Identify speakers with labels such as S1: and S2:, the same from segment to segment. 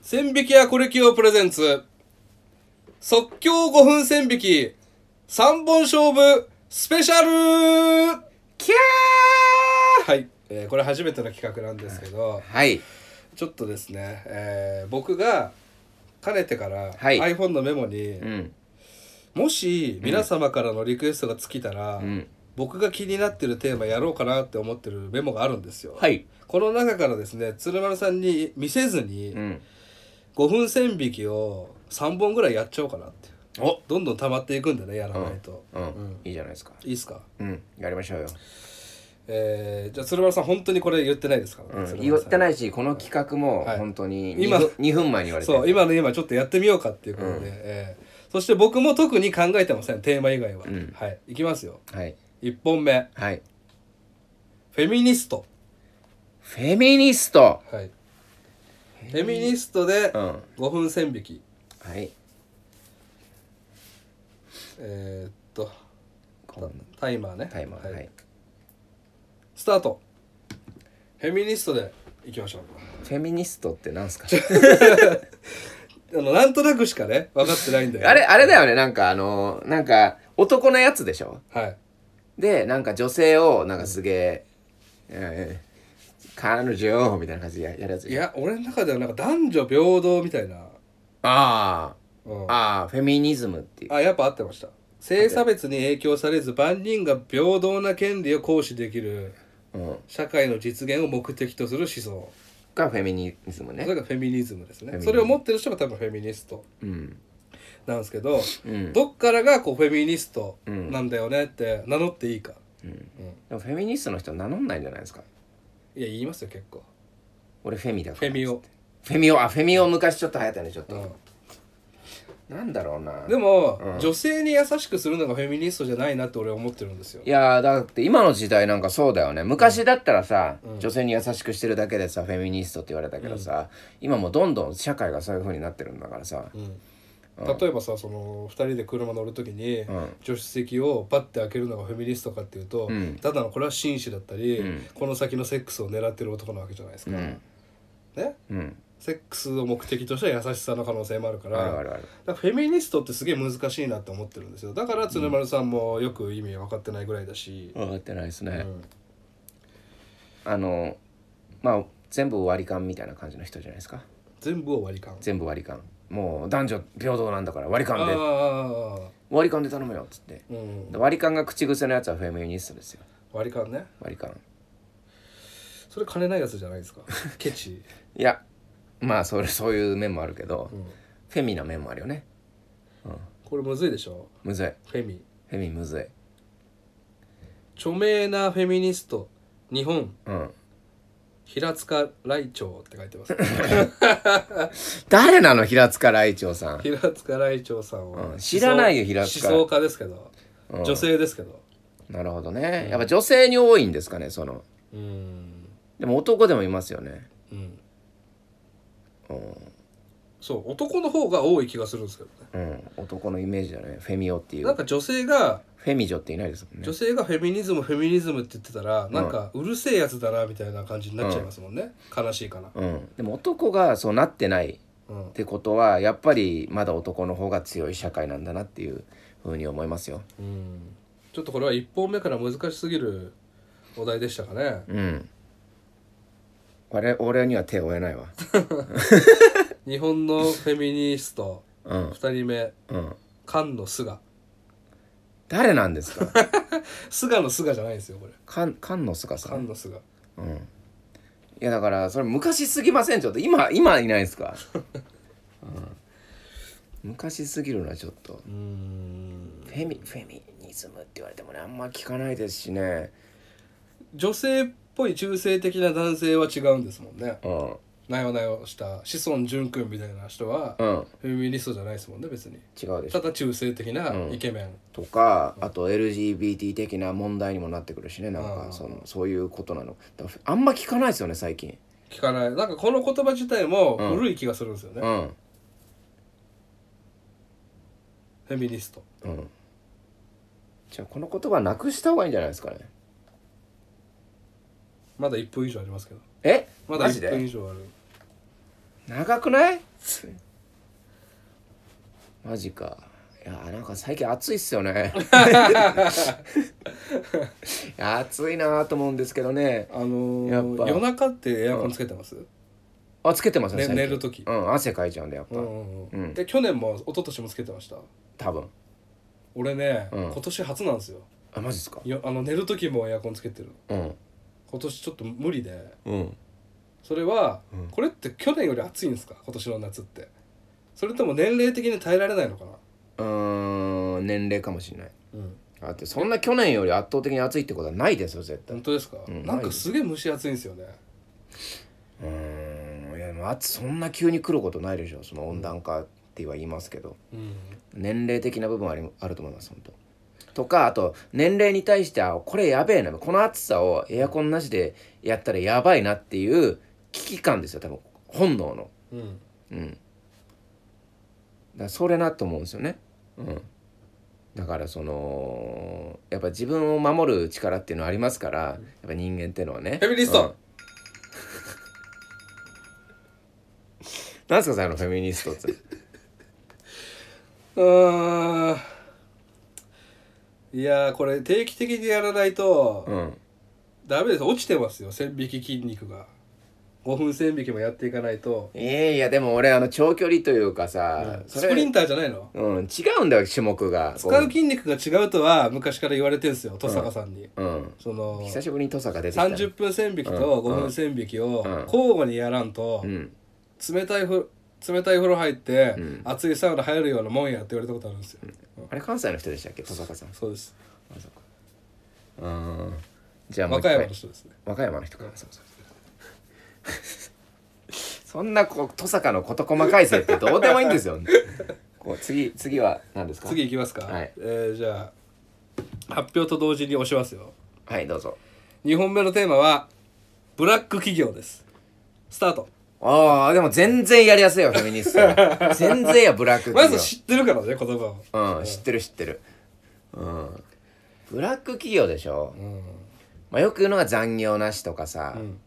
S1: 千匹やこれきをプレゼンツ即興5分千匹3本勝負スペシャル
S2: キャ
S1: はい、えーこれ初めての企画なんですけど、
S2: ーはい
S1: ちょっとですね、えー僕がかねてから、
S2: はい
S1: iPhone のメモに、
S2: うん
S1: もし皆様からのリクエストが尽きたら、
S2: うん
S1: 僕が気になってるテーマやろうかなって思ってるメモがあるんですよ、
S2: はい
S1: この中からですね鶴丸さんに見せずに、
S2: うん
S1: 5分線引きを3本ぐらいやっちゃおうかなって
S2: お
S1: どんどん溜まっていくんでねやらないと、
S2: うん、
S1: うん
S2: いいじゃないですか
S1: いいっすか
S2: うんやりましょうよ、
S1: えー、じゃあ鶴丸さん本当にこれ言ってないですから
S2: う
S1: ね、
S2: ん、
S1: 鶴
S2: 言
S1: 丸
S2: っ
S1: さん
S2: てないしこの企画も
S1: はい
S2: 本当に
S1: 今
S2: 2, 二分前に言われて
S1: そう今の今ちょっとやってみようかっていうことで、えーそして僕も特に考えてませんテーマ以外は、
S2: ん
S1: はいいきますよ
S2: はい
S1: 1本目
S2: はい
S1: フェミニスト
S2: フェミニスト
S1: はいフェミニストで
S2: うん
S1: 5分線引き
S2: はい
S1: えー、っと
S2: こん
S1: タイマーね
S2: タイマーはい、
S1: スタートフェミニストでいきましょう
S2: フェミニストってなんす か
S1: あのなんとなくしかね分かってないんだよ
S2: あれあれだよねなんかあのなんか男のやつでしょ
S1: はい
S2: でなんか女性をなんかすげえ、うん彼女みたいな感じでややるやつ
S1: いや俺の中ではなんか男女平等みたいな、
S2: あ
S1: うん
S2: あああフェミニズムっていう
S1: あやっぱ合ってました性差別に影響されず万人が平等な権利を行使できる
S2: うん、
S1: 社会の実現を目的とする思想
S2: がフェミニズム
S1: それ
S2: ね
S1: がフェミニズムですね
S2: ミニズ
S1: そ
S2: ム
S1: れを持ってる人が多分フェミニスト
S2: うん
S1: なんですけど、
S2: うん
S1: どっからがこうフェミニストなんだよねって名乗っていいか、
S2: でもフェミニストの人名乗んないんじゃないですか
S1: いや言いますよ結構
S2: 俺フェミだから
S1: フェミを、
S2: フェミオあフェミオ昔ちょっと流行ったねちょっ
S1: う
S2: と、
S1: ん
S2: なんだろうな
S1: でも、
S2: うん
S1: 女性に優しくするのがフェミニストじゃないなって俺は思ってるんですよ
S2: いやーだって今の時代なんかそうだよね昔だったらさ、
S1: うん
S2: 女性に優しくしてるだけでさフェミニストって言われたけどさ、今もうどんどん社会がそういう風になってるんだからさ
S1: うん例えばさその2人で車乗る時に、
S2: うん
S1: 助手席をバッて開けるのがフェミニストかっていうと、
S2: うん
S1: ただのこれは紳士だったり、
S2: うん
S1: この先のセックスを狙ってる男なわけじゃないですか、
S2: うん
S1: ね
S2: うん
S1: セックスを目的とした優しさの可能性もあるか
S2: ある
S1: ら
S2: あるあ
S1: だ
S2: る
S1: からフェミニストってすげえ難しいなって思ってるんですよだから鶴丸さんもよく意味分かってないぐらいだし、
S2: 分かってないですね、
S1: うん
S2: あのまあ全部割り勘みたいな感じの人じゃないですか
S1: 全部を割り勘
S2: 全部割り勘もう男女平等なんだから割り
S1: あ
S2: 勘で
S1: あ、
S2: 割り勘で頼むよっつって
S1: うん、
S2: 割り勘が口癖のやつはフェミニストですよ
S1: 割り勘ね
S2: 割り勘
S1: それ金ないやつじゃないですかケチ、
S2: いやまあそれそういう面もあるけど、
S1: うん、
S2: フェミな面もあるよね
S1: これむずいでしょ
S2: むずい
S1: フェミ
S2: フェミむずい
S1: 著名なフェミニスト日本
S2: うん
S1: 平塚来長って書いて ます、
S2: 誰なの平塚雷鳥さん
S1: 平塚来長さんは、
S2: うん知らないよ
S1: 思想
S2: 平塚
S1: 思想家ですけど、
S2: うん
S1: 女性ですけど
S2: なるほどねやっぱ女性に多いんですかねその
S1: うん
S2: でも男でもいますよね
S1: うん
S2: うん、
S1: そう男の方が多い気がするんですけどね
S2: うん、男のイメージだねフェミオってい
S1: な
S2: うん
S1: か女性が
S2: フェミ女っていないですもんね
S1: 女性がフェミニズムフェミニズムって言ってたらなんかうるせえやつだなみたいな感じになっちゃいますもんね、悲しいかな、
S2: うん、でも男がそうなってないっ
S1: うん、
S2: てことはやっぱりまだ男の方が強い社会なんだなっていうふうに思いますよ。
S1: うんちょっとこれは1本目から難しすぎるお題でしたかね
S2: うん。俺俺には手を負えないわ。
S1: 日本のフェミニスト
S2: うん
S1: 2人目
S2: うん。
S1: 菅野菅
S2: 誰なんですか。
S1: 菅の菅じゃないんですよこれ
S2: かん菅野すかさ
S1: 菅
S2: ん。
S1: の菅
S2: うん。いやだからそれ昔すぎませんちょっと今今いないです か。うん。昔すぎるなちょっと。
S1: うん
S2: フェミフェミニズムって言われてもねあんま聞かないですしね。
S1: 女性っぽい中性的な男性は違うんですもんね
S2: うん
S1: なよなよした志尊淳君みたいな人は
S2: うん
S1: フェミニストじゃないですもんね別に
S2: 違うでし
S1: た。
S2: ょ
S1: だ中性的なイケメン、
S2: とかあと LGBT 的な問題にもなってくるしねなんか
S1: あー
S2: そのそういうことなのだからあんま聞かないですよね最近
S1: 聞かないなんかこの言葉自体も
S2: うん
S1: 古い気がするんですよね、
S2: うん
S1: フェミニスト
S2: うんじゃあこの言葉なくした方がいいんじゃないですかね
S1: まだ1分以上ありますけど
S2: え
S1: まだ
S2: マジ
S1: 1分以
S2: で
S1: 上ある
S2: 長くないマジかいやなんか最近暑いっすよねいや暑いなと思うんですけどね
S1: あのー
S2: やっぱ
S1: 夜中ってエアコンつけてます、
S2: あつけてますね
S1: ね
S2: 最近
S1: 寝る時
S2: うん汗かいちゃうんだやっぱ、
S1: うんうんう、
S2: うんん
S1: で去年も一昨年もつけてました
S2: 多分
S1: 俺ね、
S2: うん
S1: 今年初なんですよ
S2: あマジっすか
S1: よあの寝る時もエアコンつけてる
S2: うん
S1: 今年ちょっと無理で
S2: うん
S1: それは、
S2: うん
S1: これって去年より暑いんですか今年の夏ってそれとも年齢的に耐えられないのかな
S2: うーん年齢かもしれない
S1: うん
S2: だってそんな去年より圧倒的に暑いってことはないですよ絶対
S1: 本当ですか、
S2: うん
S1: なんかすげえ蒸し暑いんですよね
S2: うーんいやまあ暑そんな急に来ることないでしょその温暖化っては言いますけど
S1: うん
S2: 年齢的な部分はありあると思います本当とかあと年齢に対してあこれやべえなこの暑さをエアコンなしでやったらやばいなっていう危機感ですよ多分本能の
S1: うん
S2: うんだからそれなと思うんですよねうんだからそのやっぱ自分を守る力っていうのはありますからやっぱ人間ってのはね
S1: フェミニスト
S2: うんなんですかそのフェミニス トって
S1: うーんいやーこれ定期的にやらないと
S2: うん
S1: ダメです落ちてますよ線引き筋肉が5分線引きもやっていかないと
S2: いやいやでも俺あの長距離というかさ、そ
S1: ス
S2: れ
S1: プリンターじゃないの
S2: うん違うんだよ種目が
S1: 使う筋肉が違うとは昔から言われてるんですよ登坂さんに、
S2: うん
S1: その
S2: 久しぶりに土佐が出てきたね
S1: 30分線引きと
S2: うん
S1: 5分線引きを
S2: うん
S1: 交互にやらんと
S2: うん
S1: 冷たいふ冷たい風呂入って
S2: うん
S1: 熱いサウナ入るようなもんやって言われたことあるんですよ、
S2: あれ関西の人でしたっけ土佐さん
S1: そうです
S2: うんじゃあも
S1: 和
S2: う
S1: 歌
S2: 一回
S1: 山の人ですね
S2: 和歌山の人かそうそうそうそんなこう土坂の事細かい設定どうでもいい んですよこう次次は何ですか
S1: 次いきますか、
S2: はい
S1: えーじゃあ発表と同時に押しますよ
S2: はいどうぞ
S1: 2本目のテーマはブラック企業ですスタート
S2: ああでも全然やりやすいよフェミニスト は全然やブラック企業
S1: まず知ってるからね言葉を
S2: うん知ってる知ってるうんブラック企業でしょ、
S1: うん、
S2: まあ、よく言うのが残業なしとかさ
S1: う、ん、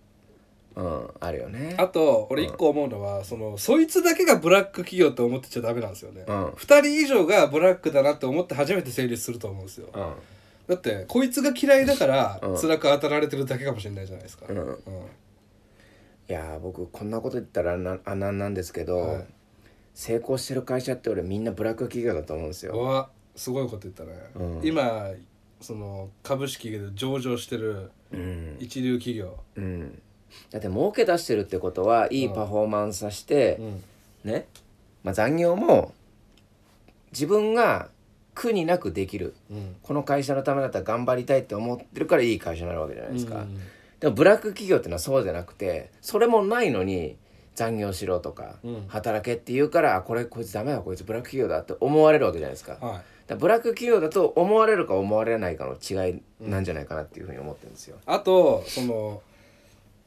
S2: うん、あるよね。
S1: あと俺1個思うのは、そのそいつだけがブラック企業って思ってちゃダメなんですよね、
S2: うん
S1: 2人以上がブラックだなって思って初めて成立すると思うんですよ
S2: うん、
S1: だってこいつが嫌いだから
S2: うん
S1: 辛く当たられてるだけかもしれないじゃないですか、
S2: うんいやー僕こんなこと言ったらなあなんなんですけど、
S1: はい
S2: 成功してる会社って俺みんなブラック企業だと思うんです
S1: う
S2: よ。
S1: わすごいこと言ったね、
S2: うん
S1: 今その株式で上場してる
S2: うん、
S1: 一流企業、
S2: うん、だって儲け出してるってことはいいパフォーマンスさして、
S1: うん
S2: ね、まあ、残業も自分が苦になくできる
S1: うん、
S2: この会社のためだったら頑張りたいって思ってるからいい会社になるわけじゃないですか。
S1: うん
S2: でもブラック企業ってのはそうじゃなくてそれもないのに残業しろとか、
S1: うん
S2: 働けって言うからあこれこいつダメだこいつブラック企業だって思われるわけじゃないですかだか
S1: はい
S2: らブラック企業だと思われるか思われないかの違いなんじゃないかなっていうふうに思ってるんですよ、
S1: あとその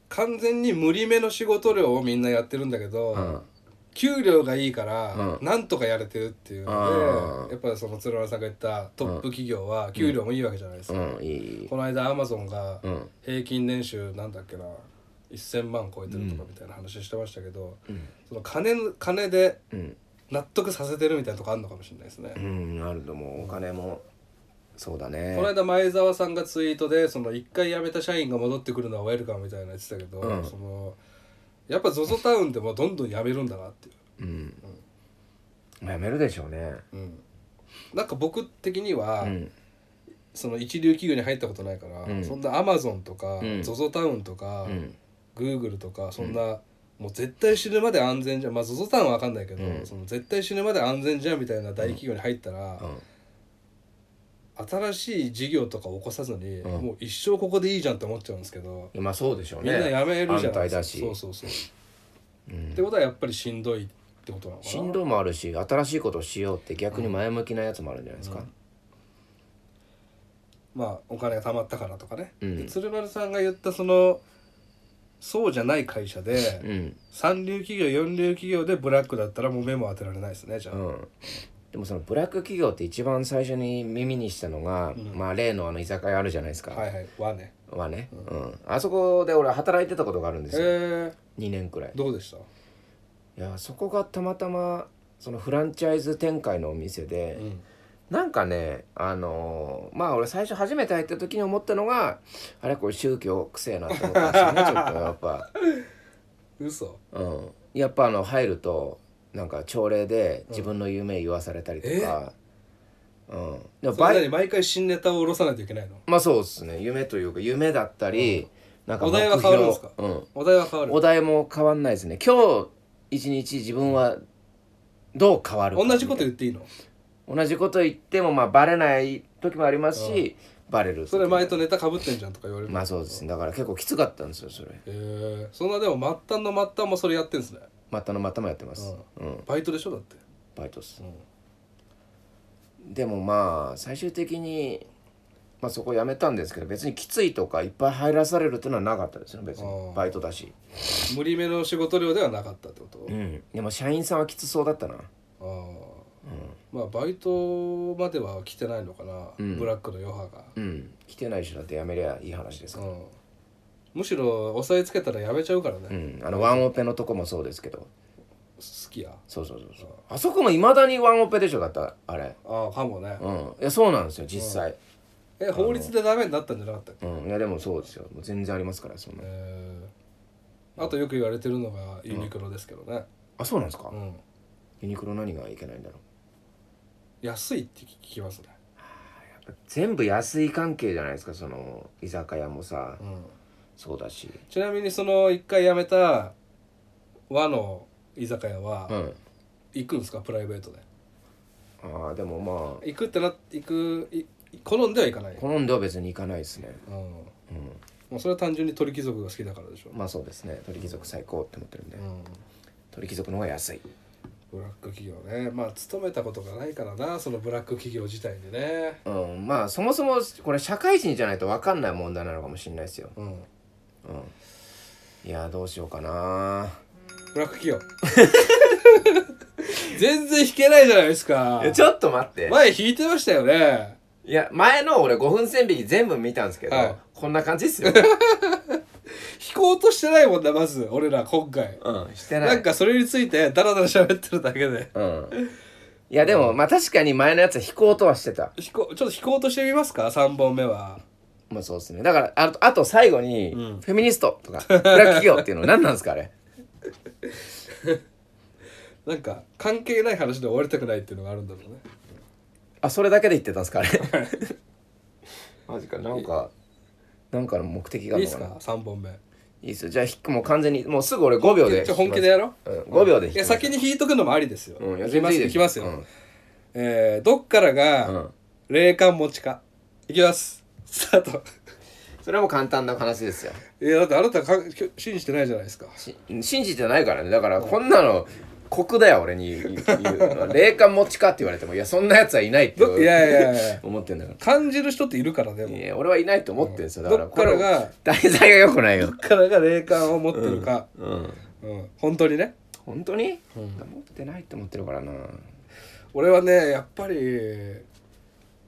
S1: 完全に無理めの仕事量をみんなやってるんだけど、
S2: うん
S1: 給料がいいから、
S2: うん
S1: なんとかやれてるっていうの
S2: あ
S1: で
S2: ー
S1: やっぱりその鶴丸さんが言ったトップ企業は給料もいいわけじゃないですか、
S2: うんいい
S1: この間アマゾンが
S2: うん
S1: 平均年収なんだっけな1,000万超えてるとかみたいな話してましたけど、
S2: うん
S1: その金の金で
S2: うん
S1: 納得させてるみたいなとこあるのかもしれないですね。
S2: うんあると思うお金もそうだね
S1: この間前澤さんがツイートでその1回辞めた社員が戻ってくるのはウェルカムみたいなの言ってたけど、
S2: うん
S1: そのやっぱ ZOZO タウンでもどんどん辞めるんだなっていう、
S2: うん、まあやめるでしょうね
S1: うん、なんか僕的には、
S2: うん
S1: その一流企業に入ったことないから、
S2: うん
S1: そんなアマゾンとか、
S2: うん
S1: ZOZO タウンとか、
S2: うん
S1: グーグルとかそんな、もう絶対死ぬまで安全じゃんまあ ZOZO タウンは分かんないけど、
S2: うん
S1: その絶対死ぬまで安全じゃんみたいな大企業に入ったら、新しい事業とか起こさずに、
S2: うん
S1: もう一生ここでいいじゃんって思っちゃうんですけど、
S2: うんまあそうでしょう
S1: みん
S2: ね
S1: なやめるじゃ
S2: 安
S1: な
S2: 泰
S1: いで
S2: だ
S1: す
S2: し
S1: かそうそうそう、
S2: うん
S1: ってことはやっぱりしんどいってことなのかな
S2: しんどいもあるし新しいことをしようって逆に前向きなやつもあるんじゃないですか、
S1: まあお金が貯まったからとかね、
S2: うん
S1: で鶴丸さんが言ったそのそうじゃない会社で、
S2: うん
S1: 三流企業四流企業でブラックだったらもう目も当てられないですねじゃあ、
S2: うん、でもそのブラック企業って一番最初に耳にしたのが、まあ例のあの居酒屋あるじゃないですか、
S1: はいはいはね
S2: はね、うんあそこで俺働いてたことがあるんですよ、
S1: え
S2: 2年くらい
S1: ー、どうでした
S2: いいやそこがたまたまそのフランチャイズ展開のお店で、
S1: うん
S2: なんかねあのーまあ俺最初初めて入った時に思ったのがあれこれ宗教くせえなって思ったんですよねちょっとやっぱ、
S1: 嘘
S2: うん、やっぱあの入るとなんか朝礼で自分の夢言わされたりとか、うんで
S1: そ
S2: もバ
S1: れ
S2: イ
S1: なに毎回新ネタを下ろさないといけないの
S2: まあそうですね夢というか夢だったり、なんか
S1: お題は変わるんですか
S2: 目標うん
S1: お題は変わる
S2: お題も変わんないですね今日一日自分はどう変わるか
S1: 同じこと言っていいの
S2: 同じこと言ってもまあバレない時もありますし、バレる時
S1: そ
S2: も
S1: れ前とネタかぶってんじゃんとか言われる
S2: まあそうですねだから結構きつかったんですよそれ
S1: へえそんなでも末端の末端もそれやってんすね
S2: またのまたもやってますうん
S1: バイトでしょだって
S2: バイトっす
S1: うん
S2: でもまあ最終的にまあそこやめたんですけど別にきついとかいっぱい入らされるっていうのはなかったですね別
S1: あ
S2: に
S1: ー
S2: バイトだし
S1: 無理めの仕事量ではなかったってこと、
S2: うんでも社員さんはきつそうだったな
S1: ああまあバイトまでは来てないのかな、
S2: うん
S1: ブラックの余波が、
S2: うん来てないしだってやめりゃいい話です
S1: う
S2: から
S1: ん、むしろ押さえつけたらやめちゃうからね、
S2: う
S1: 好
S2: んあのワンオペのとこもそうですけど
S1: きや
S2: そうそうそうそうあそこもいまだにワンオペでしょだったあれ
S1: ああかもね、
S2: うんいやそうなんですよ実際
S1: え法律でダメになったんじゃなかったっけ、
S2: うんいやでもそうですよもう全然ありますからそんな
S1: えーあとよく言われてるのがユニクロですけどね、
S2: あそうなんですか
S1: うん、
S2: ユニクロ何がいけないんだろう
S1: 安いって聞きますね、
S2: 全部安い関係じゃないですかその居酒屋もさ
S1: うん、
S2: そうだし
S1: ちなみにその一回辞めた和の居酒屋は
S2: うん
S1: 行くんですかプライベートで
S2: ああでもま
S1: 行くってな行くい好んではいかない
S2: あ、好んでは別に行かないですね
S1: うん、
S2: うん
S1: もうそれは単純に鳥貴族が好きだからでしょ、
S2: まあそうですね鳥貴族最高って思ってるんで
S1: うん、
S2: 鳥貴族の方が安い
S1: ブラック企業ねまあ勤めたことがないからなそのブラック企業自体でね
S2: うんまあそもそもこれ社会人じゃないと分かんない問題なのかもしれないですよ
S1: うん
S2: うんいやどうしようかな
S1: ブラック企 業全然弾けないじゃないですか
S2: いやちょっと待って
S1: 前弾いてましたよね
S2: いや前の俺5分線引き全部見たんですけど、
S1: はい
S2: こんな感じっすよ、
S1: 弾こうとしてないもんなまず俺ら今回
S2: うん、してない
S1: なんかそれについてダラダラ喋ってるだけで
S2: うんいやでも、まあ確かに前のやつは引こうとはしてた
S1: 弾こうちょっと弾こうとしてみますか3本目は
S2: まあそうですねだからあとあと最後に、
S1: うん
S2: フェミニストとかブラック企業っていうのは何なんですかあれ
S1: なんか関係ない話で終わりたくないっていうのがあるんだろうね
S2: あそれだけで言ってたんですか あれマジかなんかなんかの目的があ
S1: いい
S2: る
S1: っ
S2: の
S1: す
S2: かな
S1: か3本目
S2: いいっすよじゃあひもう完全にもうすぐ俺5秒で
S1: ちょ本気でやろう、
S2: うん5秒で引
S1: い
S2: き
S1: や
S2: ます
S1: 先に引いとくのもありですよ、
S2: うんいや
S1: いきます
S2: 全然
S1: よ
S2: い
S1: い
S2: い
S1: きますよ、
S2: うん
S1: えー、どっから
S2: う
S1: が
S2: ん
S1: 霊感持ちかいきますスタート
S2: それはもう簡単な話ですよ
S1: いやだってあなたかきょ信じてないじゃないですか
S2: し信じてないからねだからこんなの酷だよ俺に言う言うのは霊感持ちかって言われてもいやそんなやつはいないって
S1: どいやいやいやいや
S2: 思ってんだから
S1: 感じる人っているからでも
S2: い
S1: ど
S2: や俺はいないと思ってんすよだから
S1: っからが
S2: 題材が良くないよ
S1: どっからが霊感を持ってるか、
S2: うん
S1: うん本当にね
S2: 本当に、持ってないって思ってるからな
S1: 俺はねやっぱり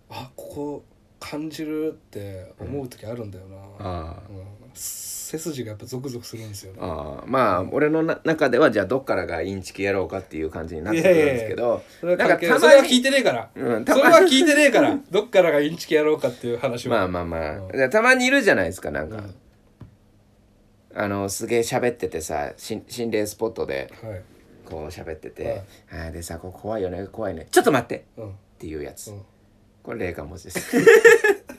S1: あここ感じるって思う時あるんだよな、
S2: あ
S1: うん背筋がやっぱゾクゾクするんですよね
S2: あまあ俺のな中ではじゃあどっからがインチキやろうかっていう感じになってくるんですけど
S1: それは
S2: な
S1: 関
S2: んか
S1: 係
S2: た
S1: それ
S2: ま
S1: は聞い
S2: に
S1: てねえから、
S2: うん
S1: そ
S2: た
S1: れ
S2: まに
S1: は聞いてねえから どっからがインチキやろうかっていう話は、
S2: まあまあまあ、
S1: うん
S2: だからたまにいるじゃないですかなんか、
S1: うん
S2: あのすげえ喋っててさ心心霊スポットで
S1: はい、
S2: こう喋ってて、ああでさこう怖いよね怖いねちょっと待ってっ
S1: うん
S2: ていうやつ、
S1: うん
S2: これ霊感持ちです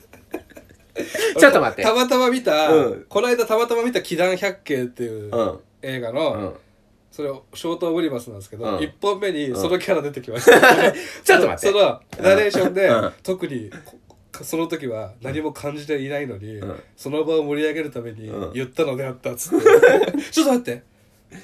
S2: ちょっと待って
S1: たまたま見た、
S2: うん
S1: この間たまたま見た「祈願百景」っていう
S2: うん
S1: 映画の、
S2: うん
S1: それをショートオブリバスなんですけど、
S2: うん
S1: 一1本目にそのキャラ出てきました、
S2: ちょっと待っ
S1: そ
S2: て
S1: のそのナレーションで、
S2: うん
S1: 特にこその時は何も感じていないのに、
S2: うん
S1: その場を盛り上げるために
S2: うん
S1: 言ったのであったっつって、 ちょっと待って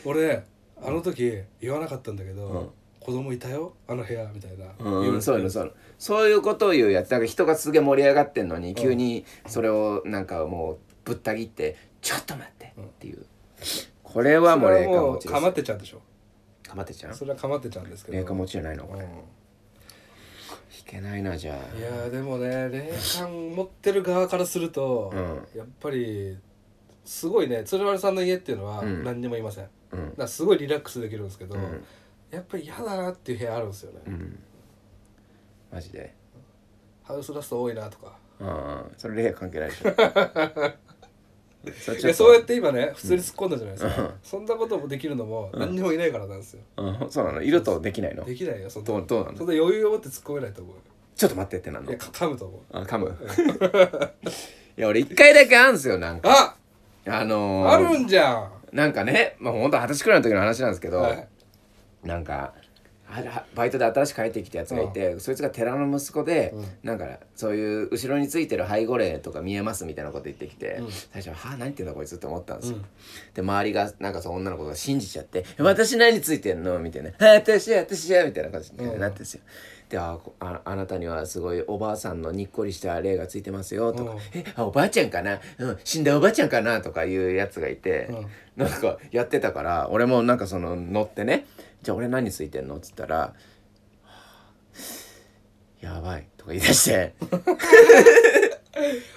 S1: 俺あの時言わなかったんだけど、
S2: うん
S1: 子供いたよあの部屋みたいな、
S2: うん
S1: 言
S2: うんん、
S1: です
S2: そ
S1: よ
S2: ういうのそういうのそういうことを言うやつなんか人がすげえ盛り上がってんのに急にそれをなんかもうぶった切って「ちょっと待って」っていうこれは
S1: そ
S2: もう
S1: れ
S2: 霊
S1: は
S2: 感
S1: も
S2: 持
S1: う
S2: ちです
S1: かまってちゃんでしょ
S2: かまってちゃん
S1: それはかまってちゃんですけど
S2: 霊感持ちじゃないの
S1: う
S2: こ
S1: ん
S2: れ引けないなじゃ
S1: いやーでもね霊感持ってる側からすると
S2: あ、うん
S1: やっぱりすごいね鶴丸さんの家っていうのは
S2: うん
S1: 何にもいません、
S2: うん
S1: だからすごいリラックスできるんですけど、
S2: うん
S1: やっぱり嫌だなっていう部屋あるんですよね、
S2: うんマジで
S1: ハウスダスト多いなとか
S2: ああそれレイ関係 ないでしょそれ
S1: いやそうやって今ね普通に突っ込んだじゃないですか、
S2: うん
S1: そんなこともできるのも何にもいないからなんですよ、
S2: うんそうなの色とできないの
S1: できないよそんな
S2: どうどうな
S1: そん
S2: の
S1: な余裕を持って突っ込めないと思うよ
S2: ちょっと待ってってなん
S1: い
S2: の
S1: やか噛むと思う
S2: あ噛む いや俺一回だけあるんすよなんか
S1: あ
S2: あのー、
S1: あるんじゃん
S2: なんかねまあほんと二十歳くらいの時の話なんですけど、
S1: はい
S2: なんかあらバイトで新しく帰ってきたやつがいて、そいつが寺の息子で、なんかそういう後ろについてる背後霊とか見えますみたいなこと言ってきて、
S1: うん
S2: 最初は「はあ何言ってんだこいつ」って思ったんですよ、
S1: うん
S2: で周りがなんかその女の子が信じちゃって「私何ついてんの?」みたいな「あ私私みたいな感じに
S1: うん
S2: なってんですよ、であこああなたにはすごいおばあさんのにっこりした霊がついてますよとか、
S1: うん
S2: えあおばあちゃんかな、うん、死んだおばあちゃんかなとかいうやつがいて、なんかやってたから俺もなんかその乗ってね「じゃあ俺何ついてんの?」っつったらはぁ「やばい」とか言い出して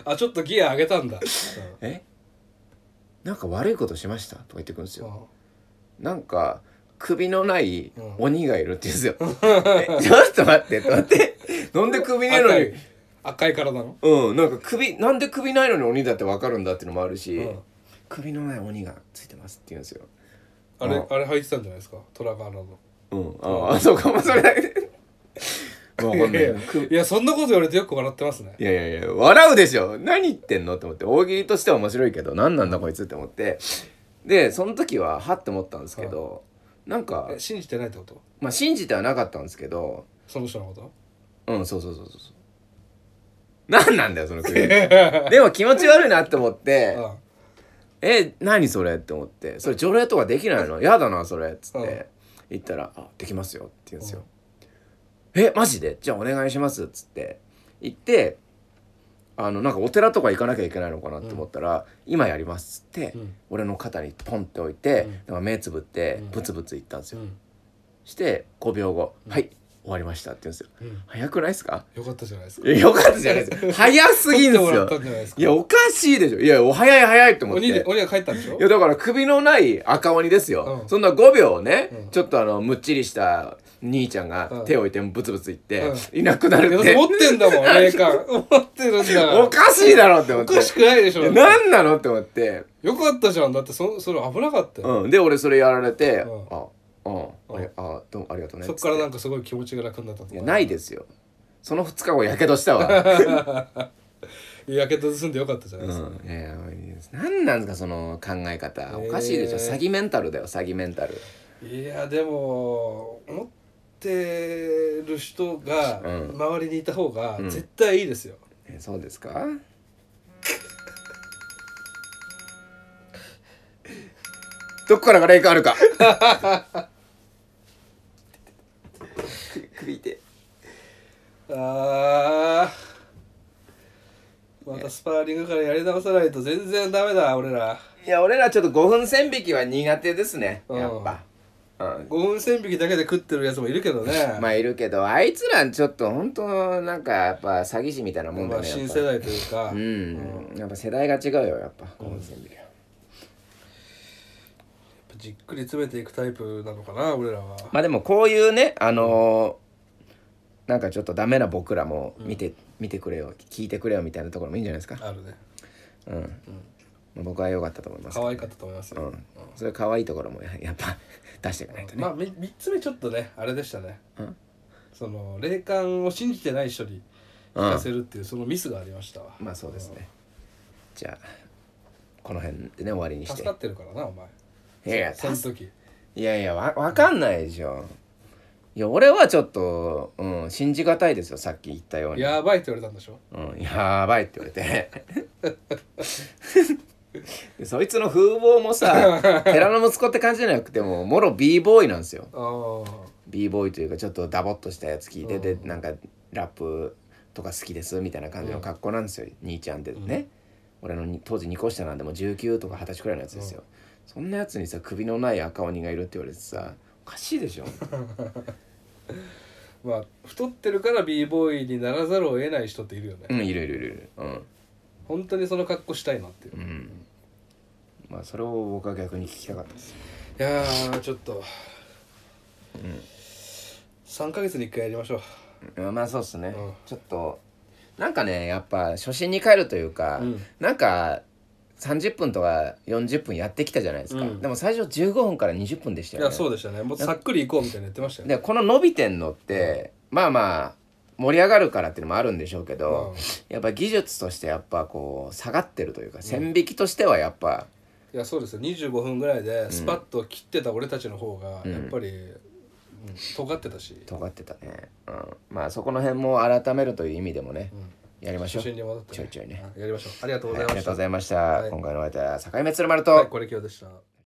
S1: あちょっとギア上げたんだ、
S2: 「えなんか悪いことしました?」とか言ってくるんです
S1: うん
S2: よ。なんか首のない
S1: うん
S2: 鬼がいるって言 うんですよ。えちょっと待ってと思ってなんで首ないの
S1: 赤
S2: に
S1: い。赤い体の
S2: うん、なんか首なんで首ないのに鬼だってわかるんだっていうのもあるし、
S1: うん
S2: 首のない鬼がついてますって言うんですよ。
S1: あれ
S2: うん
S1: あれ履いてたんじゃないですかトラガーナの
S2: うん、ああ、 そうかもそれだけ。わかんないけど首
S1: いやそんなこと言われてよく笑ってますね
S2: いやいやいや、笑うでしょ何言ってんのって思って、大喜利としては面白いけど、何なんだこいつって思って。で、その時は、はって思ったんですけど、なんか
S1: え、信じてないってこと
S2: まあ信じてはなかったんですけど、
S1: その人のこと
S2: うん、そうそうそうそうそう。何なんだよ、その 首。でも気持ち悪いなって思って、え、何それって思って、それ除霊とかできないのやだな、それ。っつっ
S1: うん
S2: て、言ったら、あ、できますよって言うんですよ。え、マジでじゃあお願いします。っつって、行って、あの、なんかお寺とか行かなきゃいけないのかなって思ったら、今やります。っつって、
S1: うん
S2: 俺の肩にポンって置いて、
S1: うん
S2: なんか目つぶって
S1: うん、
S2: ブツブツ言ったんです
S1: う
S2: よ。
S1: ん
S2: して、5秒後、
S1: うん
S2: はい、終わりましたって言うんですよ。
S1: うん
S2: 早くないですか
S1: よかったじゃないですか
S2: いやよかったじゃないです か。早すぎんす
S1: 撮ってもらった
S2: よ
S1: ん。じゃないですか
S2: いや、おかしいでしょ。いや、お早い早いって思って。
S1: 鬼で鬼が帰ったんでしょ
S2: いやだから首のない赤鬼ですよ、
S1: うん
S2: そんな5秒ね、
S1: うん
S2: ちょっとあのむっちりした兄ちゃん
S1: う
S2: が
S1: ん
S2: 手を置いてブツブツいって、
S1: う
S2: いなくなるっ
S1: いや
S2: て、
S1: 持ってんだもん霊 感持ってるんだから
S2: おかしいだろって思
S1: お
S2: って
S1: かしくないでしょ
S2: いや何なのって思って、
S1: よかったじゃんだってそそれ危なかったよ、
S2: うん、で俺それやられて、
S1: うん
S2: あうん、あれあどうもありがとうね
S1: そっからなん
S2: か
S1: かすごい気持ちが楽になったと
S2: い
S1: か
S2: やないですよその2日後やけどしたわ、
S1: やけど済んでよかったじゃな
S2: う
S1: いですか、
S2: ん、いや何なんですかその考え方おかしいでしょ、
S1: えー
S2: 詐欺メンタルだよ詐欺メンタル
S1: いやでも持ってる人が
S2: うん
S1: 周りにいた方が
S2: うん
S1: 絶対いいですよ、
S2: えそうです かどこからが霊感あるか首痛い
S1: あーまたスパーリングからやり直さないと全然ダメだ俺ら
S2: いや俺らちょっと5分線引きは苦手ですね
S1: うん
S2: やっぱ、うん、
S1: 5分線引きだけで食ってるやつもいるけどね
S2: まあいるけどあいつらちょっと本当なんかやっぱ詐欺師みたいなもんだ
S1: まあ
S2: ねやっぱ
S1: 新世代というか、
S2: うん、やっぱ世代が違うよやっぱ5分線引きは、
S1: じっくり詰めていくタイプなのかな俺らは、
S2: まあでもこういうねあのーなんかちょっとダメな僕らも見て、見てくれよ聞いてくれよみたいなところもいいんじゃないですか、
S1: あるね
S2: うんまあ僕は良かったと思います
S1: 可愛かったと思います
S2: う
S1: よ、
S2: ん、それ可愛いところもや やっぱ出していかないとね、
S1: まあみ3つ目ちょっとねあれでしたね
S2: うん
S1: その霊感を信じてない人に聞かせるっていうそのミスがありましたわ、
S2: まあそうですねじゃあこの辺でね終わりにし
S1: 助
S2: て
S1: かってるからなお前
S2: いやいや
S1: その時
S2: いやいやわわかんないでしょいや俺はちょっと、うん、信じがたいですよさっき言ったように
S1: やばいって言われたんでしょ
S2: うん、やばいって言われて でそいつの風貌も さ寺の息子って感じじゃなくてももろ b ボーイなんですよ
S1: あ
S2: b ボーイというかちょっとダボっとしたやつ聞いてて
S1: うん
S2: なんかラップとか好きですみたいな感じの格好なんですよ、兄ちゃんでね、俺のに当時2個下なんでもう19とか20歳くらいのやつですよ、そんなやつにさ首のない赤鬼がいるって言われてさおかしいでしょ
S1: あまあ太ってるから b ボーイにならざるを得ない人っているよね、
S2: うんいるいるいるいるうん
S1: 本当にその格好したいなっていう、
S2: うんまあそれを僕は逆に聞きたかったです
S1: いやーちょっと、3ヶ月に1回やりましょう
S2: うんまあそうっすね、
S1: うん
S2: ちょっとなんかねやっぱ初心に帰るというか、
S1: うん
S2: なんか30分とか40分やってきたじゃないですか、
S1: うん
S2: でも最初15分から20分でした
S1: い
S2: よね
S1: やそうでしたねもうさっくり行こうみたいな言ってましたよね
S2: でこの伸びてんのって、まあまあ盛り上がるからっていうのもあるんでしょうけど、やっぱ技術としてやっぱこう下がってるというか線引きとしてはやっぱ、
S1: いやそうですよ25分ぐらいでスパッと切ってた俺たちの方がやっぱり、うん尖ってたし
S2: 尖ってたね、うん、まあそこの辺も改めるという意味でもね、やりましょ
S1: 初
S2: う、
S1: 心に戻って、
S2: ちょいちょいね
S1: あやりましょうありがとうご
S2: はい、あ
S1: ざいまし
S2: りがとう
S1: た、
S2: ございました、
S1: い
S2: 今回のお相手は境目鶴丸と、
S1: はい、これ今日でした